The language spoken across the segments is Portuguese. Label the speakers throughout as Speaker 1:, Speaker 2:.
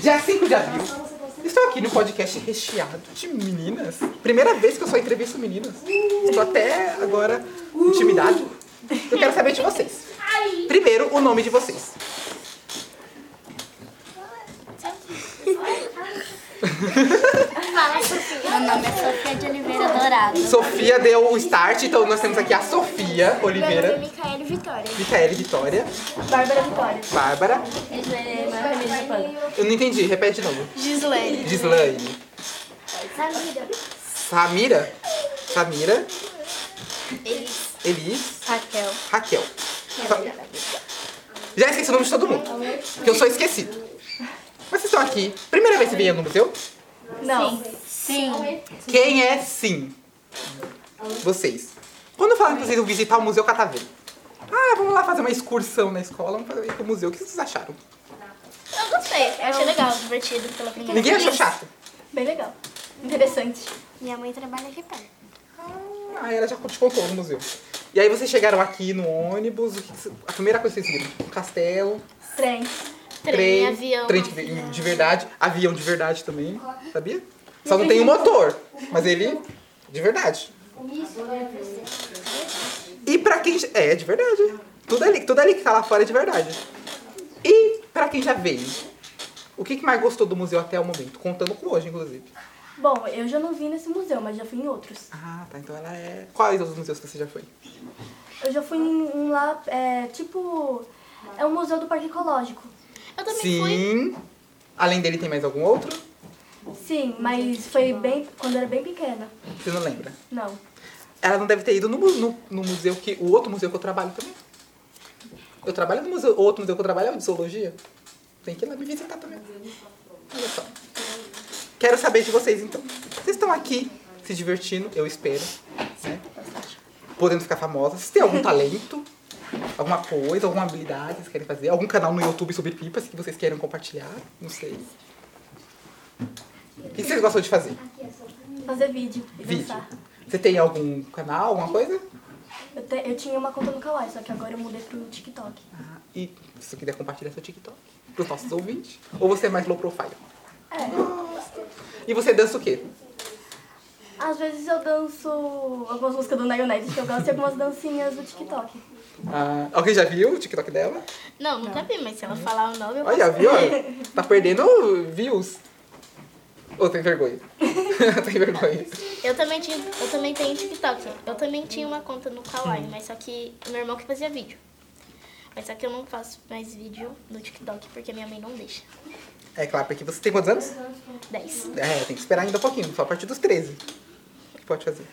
Speaker 1: Dia 5 de abril. Estou aqui no podcast recheado de meninas. Primeira vez que eu só entrevisto meninas. Estou até agora intimidado. Eu quero saber de vocês. Primeiro, o nome de vocês.
Speaker 2: Meu nome é Sofia de Oliveira Dourado.
Speaker 1: Sofia deu o start, então nós temos aqui a Sofia Oliveira,
Speaker 2: é Micaele Vitória.
Speaker 1: Micaele Vitória,
Speaker 2: Bárbara Vitória. é
Speaker 1: Bárbara.
Speaker 2: Gislene Marcolina Pano.
Speaker 1: Eu não entendi, repete de novo.
Speaker 2: Gislene.
Speaker 1: Gislaine.
Speaker 2: Samira.
Speaker 1: Samira. Samira.
Speaker 2: Elis.
Speaker 1: Elis.
Speaker 2: Raquel.
Speaker 1: Raquel. Já esqueci o nome de todo mundo. Porque eu sou esquecido. Vocês estão aqui. Primeira vez que vieram no museu?
Speaker 2: Não. Sim.
Speaker 1: Quem é sim? Vocês. Quando falam que vocês vão visitar o Museu Catavento. Ah, vamos lá fazer uma excursão na escola, vamos fazer o museu. O que vocês acharam?
Speaker 2: Eu gostei. Eu achei legal, divertido pela primeira
Speaker 3: é
Speaker 1: Ninguém achou chato?
Speaker 2: Bem legal. Interessante. Minha mãe trabalha aqui perto.
Speaker 1: Ah, ela já te contou no museu. E aí vocês chegaram aqui no ônibus, o que que cê- a primeira coisa que vocês viram? Um Castelo,
Speaker 2: Trem.
Speaker 1: trem,
Speaker 2: avião.
Speaker 1: trem de, de verdade, avião de verdade também, sabia? Só não tem o motor, mas ele de verdade. E pra quem já- é de verdade, tudo ali, tudo ali que tá lá fora é de verdade. E pra quem já veio, o que, que mais gostou do museu até o momento? Contando com hoje, inclusive.
Speaker 3: Bom, eu já não vi nesse museu, mas já fui em outros.
Speaker 1: Ah, tá. Então ela é. Quais os museus que você já foi?
Speaker 3: Eu já fui em um lá, é, tipo. É um museu do Parque Ecológico.
Speaker 2: Eu também fui.
Speaker 1: Sim. Além dele tem mais algum outro?
Speaker 3: Sim, mas foi bem. quando eu era bem pequena.
Speaker 1: Você não lembra?
Speaker 3: Não.
Speaker 1: Ela não deve ter ido no, mu- no- no museu que. O outro museu que eu trabalho também. Eu trabalho no museu. O outro museu que eu trabalho é o de zoologia. Tem que ir lá me visitar também. Olha só. Quero saber de vocês então. Vocês estão aqui se divertindo, eu espero. Né? Podendo ficar famosas. Vocês têm algum talento? Alguma coisa, alguma habilidade que vocês querem fazer? Algum canal no YouTube sobre pipas que vocês queiram compartilhar? Não sei. O que vocês gostam de fazer?
Speaker 3: Fazer vídeo e
Speaker 1: Vídeo.
Speaker 3: dançar.
Speaker 1: Você tem algum canal, alguma coisa?
Speaker 3: Eu, te- eu tinha uma conta no Kawaii, só que agora eu mudei pro TikTok.
Speaker 1: Ah, e se você quiser compartilhar seu TikTok pros nossos ouvintes, ou você é mais low profile?
Speaker 3: É.
Speaker 1: E você dança o quê?
Speaker 3: Às vezes eu danço algumas músicas do Nail Night que eu gosto e algumas dancinhas do TikTok.
Speaker 1: Ah, alguém já viu o TikTok dela?
Speaker 2: Não, nunca vi, mas se ela falar o nome, eu
Speaker 1: Olha, viu? Tá perdendo views. Ou tem vergonha? tem vergonha.
Speaker 2: Eu também, tinha, eu também tenho TikTok. Eu também tinha uma conta no Kawaii, mas só que o meu irmão que fazia vídeo. Mas só que eu não faço mais vídeo no TikTok porque minha mãe não deixa.
Speaker 1: É claro, porque você tem quantos anos?
Speaker 2: 10.
Speaker 1: É, tem que esperar ainda um pouquinho, só a partir dos 13. que Pode fazer.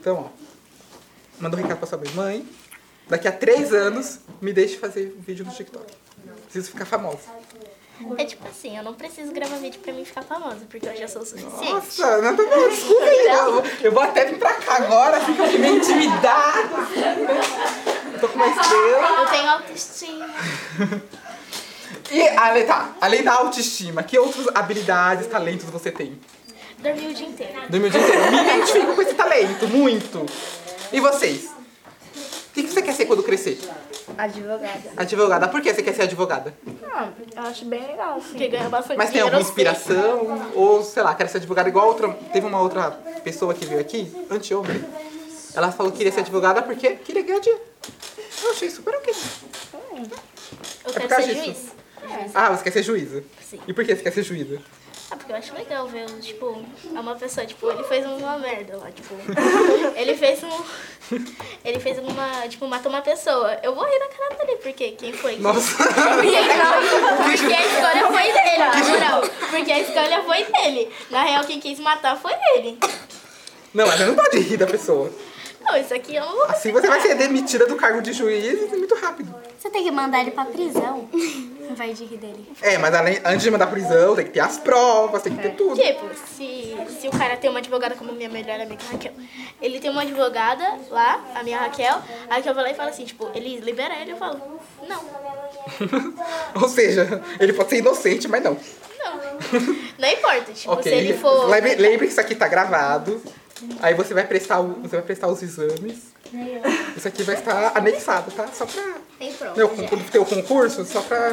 Speaker 1: Então, ó. Manda um recado pra sua mãe. Mãe, daqui a três anos, me deixe fazer vídeo no TikTok. Preciso ficar famosa.
Speaker 2: É tipo assim, eu não preciso gravar vídeo pra mim ficar famosa, porque eu já sou o suficiente.
Speaker 1: Nossa, nada mais. Desculpa aí. Eu, eu vou até vir pra cá agora, fica aqui meio intimidada. Tô com uma estrela.
Speaker 2: Eu tenho autoestima.
Speaker 1: E além, tá, além da autoestima, que outras habilidades, talentos você tem?
Speaker 2: Dormi o dia inteiro.
Speaker 1: Do meu dia inteiro. Me identifico com esse talento, muito. E vocês? O que que você quer ser quando crescer?
Speaker 4: Advogada.
Speaker 1: Advogada. Por que você quer ser advogada?
Speaker 4: Ah, eu acho bem legal, assim.
Speaker 2: Porque ganha bastante
Speaker 1: Mas tem
Speaker 2: dinheiro.
Speaker 1: alguma inspiração? Ou, sei lá, quero ser advogada igual a outra. Teve uma outra pessoa que veio aqui, anteontem. Ela falou que queria ser advogada porque queria ganhar dinheiro. Eu achei super ok.
Speaker 2: Eu
Speaker 1: É por
Speaker 2: quero
Speaker 1: causa
Speaker 2: ser
Speaker 1: disso.
Speaker 2: juiz.
Speaker 1: Ah, você quer ser juíza?
Speaker 2: Sim.
Speaker 1: E por que você quer ser juíza?
Speaker 2: Ah, porque eu acho legal ver, tipo, uma pessoa, tipo, ele fez uma merda lá, tipo. ele fez um. Ele fez uma. Tipo, matou uma pessoa. Eu vou rir na cara dele, porque quem foi?
Speaker 1: Nossa,
Speaker 2: Porque, porque a escolha foi dele, na moral. Porque a escolha foi dele. Na real, quem quis matar foi ele.
Speaker 1: não, ela não pode rir da pessoa.
Speaker 2: Não, isso aqui é um eu não vou.
Speaker 1: Assim você vai ser demitida do cargo de juiz muito rápido.
Speaker 5: Você tem que mandar ele pra prisão. Não vai de rir dele. É.
Speaker 1: É, mas além, antes de mandar prisão, tem que ter as provas, tem que ter tudo.
Speaker 2: Tipo, se, se o cara tem uma advogada como minha melhor amiga Raquel, ele tem uma advogada lá, a minha Raquel, a Raquel vai lá e fala assim, tipo, ele libera ele, eu falo, não,
Speaker 1: Ou seja, ele pode ser inocente, mas não.
Speaker 2: não. Então, Não importa, tipo,
Speaker 1: ok.
Speaker 2: se ele for.
Speaker 1: Lembre, lembre que isso aqui tá gravado. Aí você vai prestar, o- você vai prestar os exames. Isso aqui vai estar anexado, tá? Só pra.
Speaker 2: Tem prova.
Speaker 1: Meu,
Speaker 2: já.
Speaker 1: quando ter o concurso, só pra.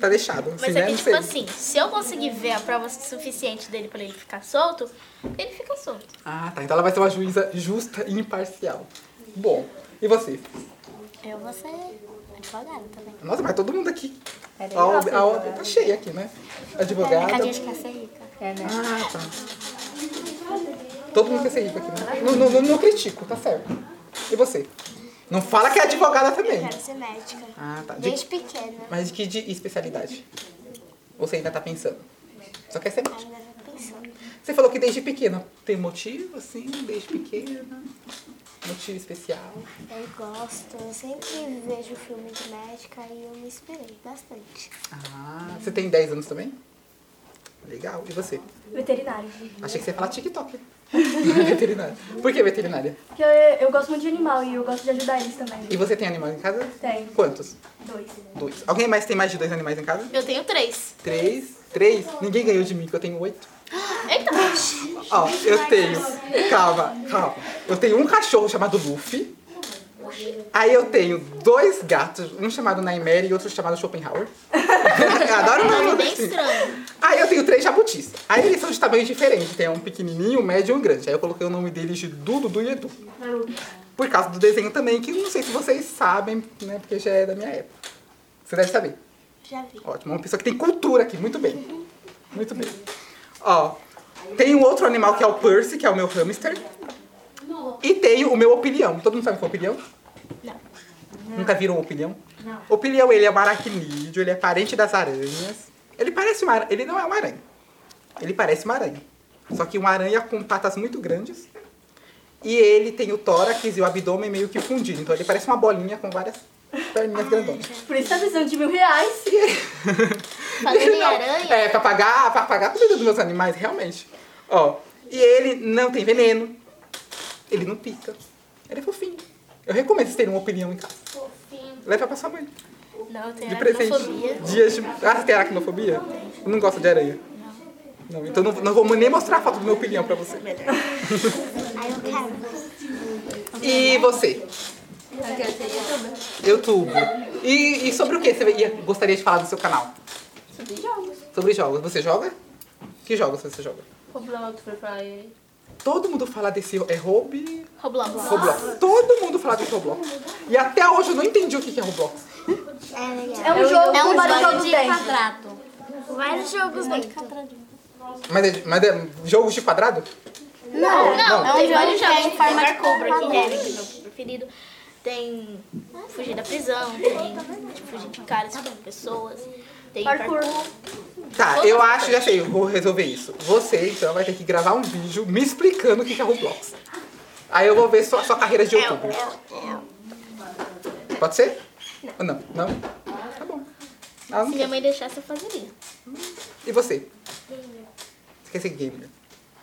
Speaker 1: Tá deixado.
Speaker 2: Mas
Speaker 1: assim,
Speaker 2: é
Speaker 1: né?
Speaker 2: que,
Speaker 1: Não
Speaker 2: tipo
Speaker 1: sei.
Speaker 2: assim, se eu conseguir ver a prova suficiente dele pra ele ficar solto, ele fica solto.
Speaker 1: Ah, tá. Então ela vai ser uma juíza justa e imparcial. Bom, e você?
Speaker 5: Eu vou ser advogada também.
Speaker 1: Nossa, mas todo mundo aqui. A ordem, a ordem tá cheia aqui, né?
Speaker 5: É,
Speaker 1: Advogada.
Speaker 5: cadê de ser rica?
Speaker 4: É, né?
Speaker 1: Ah, tá. Todo mundo quer ser rico aqui, né? Não, não, não, não critico, tá certo. E você? Não fala que é advogada também.
Speaker 5: Quero ser médica.
Speaker 1: Ah, tá. De-
Speaker 5: Desde pequena.
Speaker 1: mas de que de especialidade? Você ainda tá pensando? Só quer ser médica.
Speaker 5: Ainda não pensando.
Speaker 1: Você falou que desde pequena. Tem motivo, assim, desde pequena? Motivo especial?
Speaker 5: Eu gosto. Eu sempre vejo filme de médica e eu me inspirei bastante.
Speaker 1: Ah, você tem 10 anos também? Legal. E você?
Speaker 3: Veterinário.
Speaker 1: Achei que você ia falar TikTok. veterinária. Por que veterinária?
Speaker 3: Porque eu, eu gosto muito de animal e eu gosto de ajudar eles também.
Speaker 1: E você tem animais em casa?
Speaker 3: Tenho.
Speaker 1: Quantos?
Speaker 3: Dois.
Speaker 1: Dois. Alguém mais tem mais de dois animais em casa?
Speaker 2: Eu tenho três.
Speaker 1: Três? Três? Ninguém ganhou de mim, que eu tenho oito.
Speaker 2: Eita!
Speaker 1: Ó, eu tenho. Calma, calma. Eu tenho um cachorro chamado Luffy. Aí eu tenho dois gatos, um chamado Nightmare e outro chamado Schopenhauer. Eu adoro assim. o nome
Speaker 2: Tá Bem
Speaker 1: desse.
Speaker 2: estranho.
Speaker 1: Aí eu tenho três jabutis. Aí eles são de tamanho diferente. Tem um pequenininho, um médio e um grande. Aí eu coloquei o nome deles de Du, Dudu e Edu. Por causa do desenho também, que eu não sei se vocês sabem, né? Porque já é da minha época. Você deve saber.
Speaker 5: Já vi.
Speaker 1: Ótimo, é uma pessoa que tem cultura aqui, muito bem. Muito bem. Ó, tem um outro animal que é o Percy, que é o meu hamster. E tem o meu opinião. Todo mundo sabe o que é opinião? Não. Nunca viram opinião? Não. Opinião, ele é um aracnídeo, ele é parente das aranhas. Ele parece uma aranha, ele não é uma aranha. Ele parece uma aranha. Só que uma aranha com patas muito grandes. E ele tem o tórax e o abdômen meio que fundido. Então ele parece uma bolinha com várias perninhas grandonas.
Speaker 3: Por isso tá precisando de mil reais.
Speaker 2: Falando em
Speaker 1: Não,
Speaker 2: aranha,
Speaker 1: É, pra pagar, pra pagar a comida dos meus animais, realmente. Ó, e ele não tem veneno. Ele não pica. Ele é fofinho. Eu recomendo vocês terem uma opinião em casa. Leva pra sua mãe.
Speaker 2: não, eu tenho
Speaker 1: De presente.
Speaker 2: aracnofobia.
Speaker 1: Dias de... Ah, você tem aracnofobia? Eu não gosto de aranha. Não, então não, não vou nem mostrar a foto do meu opinião pra
Speaker 2: é
Speaker 1: você.
Speaker 5: Aí eu quero.
Speaker 1: E você? YouTube. E, e sobre o que você ia- gostaria de falar do seu canal?
Speaker 3: Sobre jogos.
Speaker 1: Sobre jogos. Você joga? Que jogos você joga?
Speaker 3: Roblox, Free Fire.
Speaker 1: Todo mundo fala desse é hobby
Speaker 2: Roblox.
Speaker 1: Roblox. Todo mundo fala de Roblox. E até hoje eu não entendi o que que é Roblox.
Speaker 5: É legal.
Speaker 3: É um jogo
Speaker 5: É
Speaker 3: com
Speaker 5: um
Speaker 3: vários
Speaker 5: jogo
Speaker 3: jogos
Speaker 5: de
Speaker 3: dentro.
Speaker 5: quadrado. Vários jogos dentro.
Speaker 1: Mas é, mas é jogos de quadrado?
Speaker 5: Não,
Speaker 2: Não,
Speaker 5: É um
Speaker 2: tem
Speaker 5: jogo
Speaker 2: vários
Speaker 5: que
Speaker 2: jogos.
Speaker 5: é em
Speaker 2: Tem
Speaker 5: forma
Speaker 2: Dar
Speaker 5: de
Speaker 2: Cobra, que é
Speaker 5: quadrado.
Speaker 2: meu jogo preferido. Tem Fugir da Prisão, tem tipo, Fugir de Caras com Pessoas, tem
Speaker 3: Parkour.
Speaker 1: Tá, eu acho, já sei, eu vou resolver isso. Você, então, vai ter que gravar um vídeo me explicando o que que é Roblox. Aí eu vou ver sua, sua carreira
Speaker 3: É,
Speaker 1: de YouTube.
Speaker 2: É,
Speaker 1: Pode ser? Ou Não. Não? Tá bom. Ah, não
Speaker 2: Se minha
Speaker 1: quer.
Speaker 2: mãe deixasse, eu fazeria.
Speaker 1: E você? Você quer ser gamer?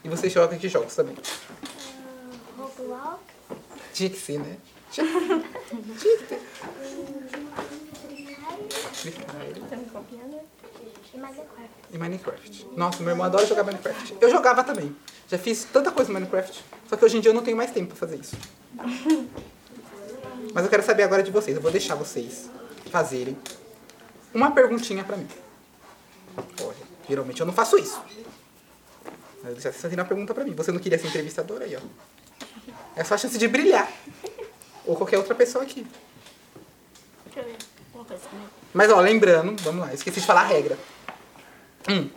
Speaker 1: E você joga que jogos também?
Speaker 5: Roblox.
Speaker 1: Tinha que ser, né? Tinha tinha que ter. Free Fire.
Speaker 5: E Minecraft.
Speaker 1: E Minecraft. Nossa, meu irmão adora jogar Minecraft. Eu jogava também. Já fiz tanta coisa no Minecraft. Só que hoje em dia eu não tenho mais tempo pra fazer isso. Mas eu quero saber agora de vocês. Eu vou deixar vocês fazerem uma perguntinha pra mim. Olha, geralmente eu não faço isso. Mas eu vou deixar vocês fazerem uma pergunta pra mim. Você não queria ser entrevistadora aí, ó. É a sua chance de brilhar. Ou qualquer outra pessoa aqui.
Speaker 2: Deixa eu ver uma coisa também.
Speaker 1: Mas ó, lembrando, vamos lá, esqueci de falar a regra. Hum.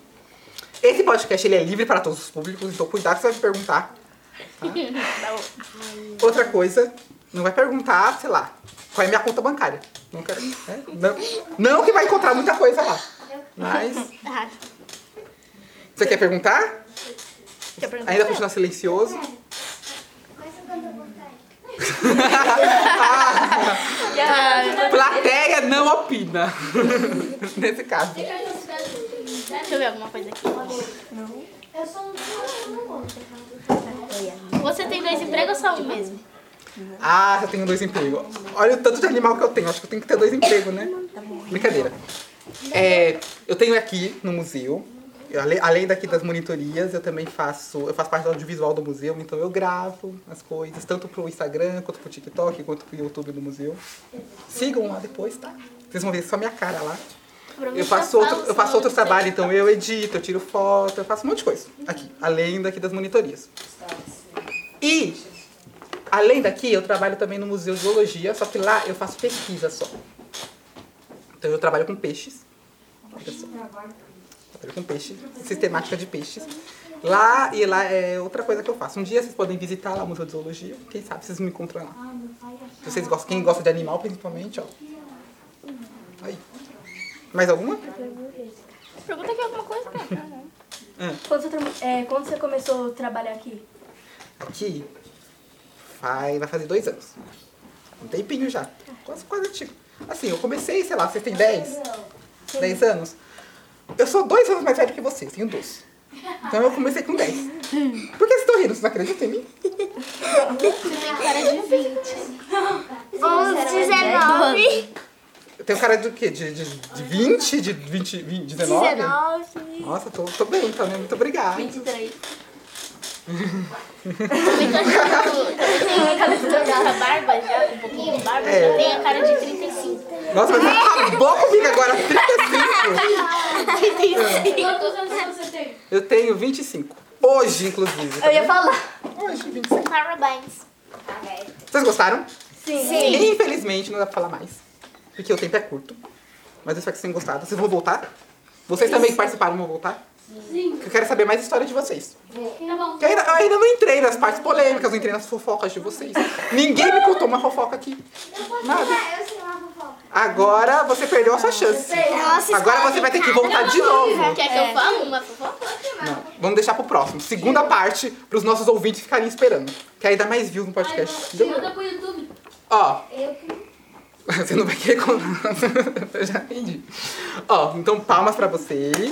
Speaker 1: Esse podcast ele é livre para todos os públicos, então cuidado que você vai me perguntar.
Speaker 2: Tá bom.
Speaker 1: Outra coisa, não vai perguntar, sei lá, qual é a minha conta bancária. Não quero. né? Não, não que vai encontrar muita coisa lá. Mas.
Speaker 2: Ah,
Speaker 1: Você quer perguntar?
Speaker 2: quer perguntar?
Speaker 1: Ainda continua silencioso? Ah,
Speaker 2: Tá,
Speaker 1: Plateia não opina. Nesse caso.
Speaker 2: Deixa eu ver alguma coisa aqui.
Speaker 5: Eu sou um
Speaker 2: Você tem dois empregos ou só um mesmo?
Speaker 1: Ah, eu tenho dois empregos. Olha o tanto de animal que eu tenho. Acho que eu tenho que ter dois empregos, né? Brincadeira. É, eu tenho aqui no museu Ale- Além daqui das monitorias, eu também faço, eu faço parte do audiovisual do museu, então eu gravo as coisas, tanto pro Instagram, quanto pro TikTok, quanto pro YouTube do museu. Sigam lá depois, tá? Vocês vão ver só minha cara lá. Eu faço outro, eu faço outro trabalho, então eu edito, eu tiro foto, eu faço um monte de coisa aqui, além daqui das monitorias. E além daqui, eu trabalho também no Museu de Zoologia, só que lá eu faço pesquisa só. Então eu trabalho com peixes. Olha só. Trabalho com peixe, sistemática de peixes. Lá e lá é outra coisa que eu faço. Um dia vocês podem visitar lá o Museu de Zoologia, quem sabe vocês me encontram lá. Se vocês gostam, quem gosta de animal principalmente, ó. Aí. Mais alguma?
Speaker 2: Pergunta aqui alguma coisa, cara.
Speaker 3: Quando você, tra- é, quando você começou a trabalhar aqui?
Speaker 1: Aqui vai, vai fazer dois anos. Um tempinho já. Quase, quase antigo. Assim, eu comecei, sei lá, vocês têm 10? 10 anos? Eu sou dois anos mais velho que vocês, tenho 12. Então eu comecei com 10. Por que vocês estão rindo? Vocês não acreditam em mim?
Speaker 5: Uns 19.
Speaker 1: Eu tenho cara de quê? De, de, de 20? De 20, 20 19?
Speaker 5: 19.
Speaker 1: Nossa, tô, tô bem, tá, né? Muito obrigada.
Speaker 2: 23. Também tá achando- também tem cara de toda a barba já, um pouquinho de barba,
Speaker 1: É.
Speaker 2: já tem a cara de 35.
Speaker 1: Nossa, mas acabou comigo agora, 35.
Speaker 6: Quantos anos você tem?
Speaker 1: Eu tenho 25. Hoje, inclusive. tá
Speaker 3: Eu ia
Speaker 1: vendo?
Speaker 3: falar.
Speaker 1: Hoje, 25.
Speaker 5: Parabéns.
Speaker 1: Vocês gostaram?
Speaker 3: Sim.
Speaker 1: Infelizmente não dá pra falar mais. Porque o tempo é curto. Mas eu espero que vocês tenham gostado. Vocês vão voltar? Vocês também que participaram vão voltar?
Speaker 6: Sim.
Speaker 1: Eu quero saber mais história de vocês.
Speaker 6: Tá bom.
Speaker 1: Eu ainda, eu ainda não entrei nas partes polêmicas, não entrei nas fofocas de vocês. Ninguém me contou uma fofoca aqui. Nada.
Speaker 5: Eu sei lá, fofoca. Ah,
Speaker 1: Agora você perdeu a sua chance. Agora você vai ter que voltar de novo.
Speaker 2: Quer que eu fale uma fofoca?
Speaker 1: Não, vamos deixar pro próximo. Segunda parte, pros nossos ouvintes ficarem esperando. Que aí dá mais views no podcast.
Speaker 6: Ai,
Speaker 1: Deu?
Speaker 6: manda pro YouTube.
Speaker 1: Ó,
Speaker 5: Eu que
Speaker 1: Você não vai querer contar. Eu já entendi. Ó, então palmas pra vocês.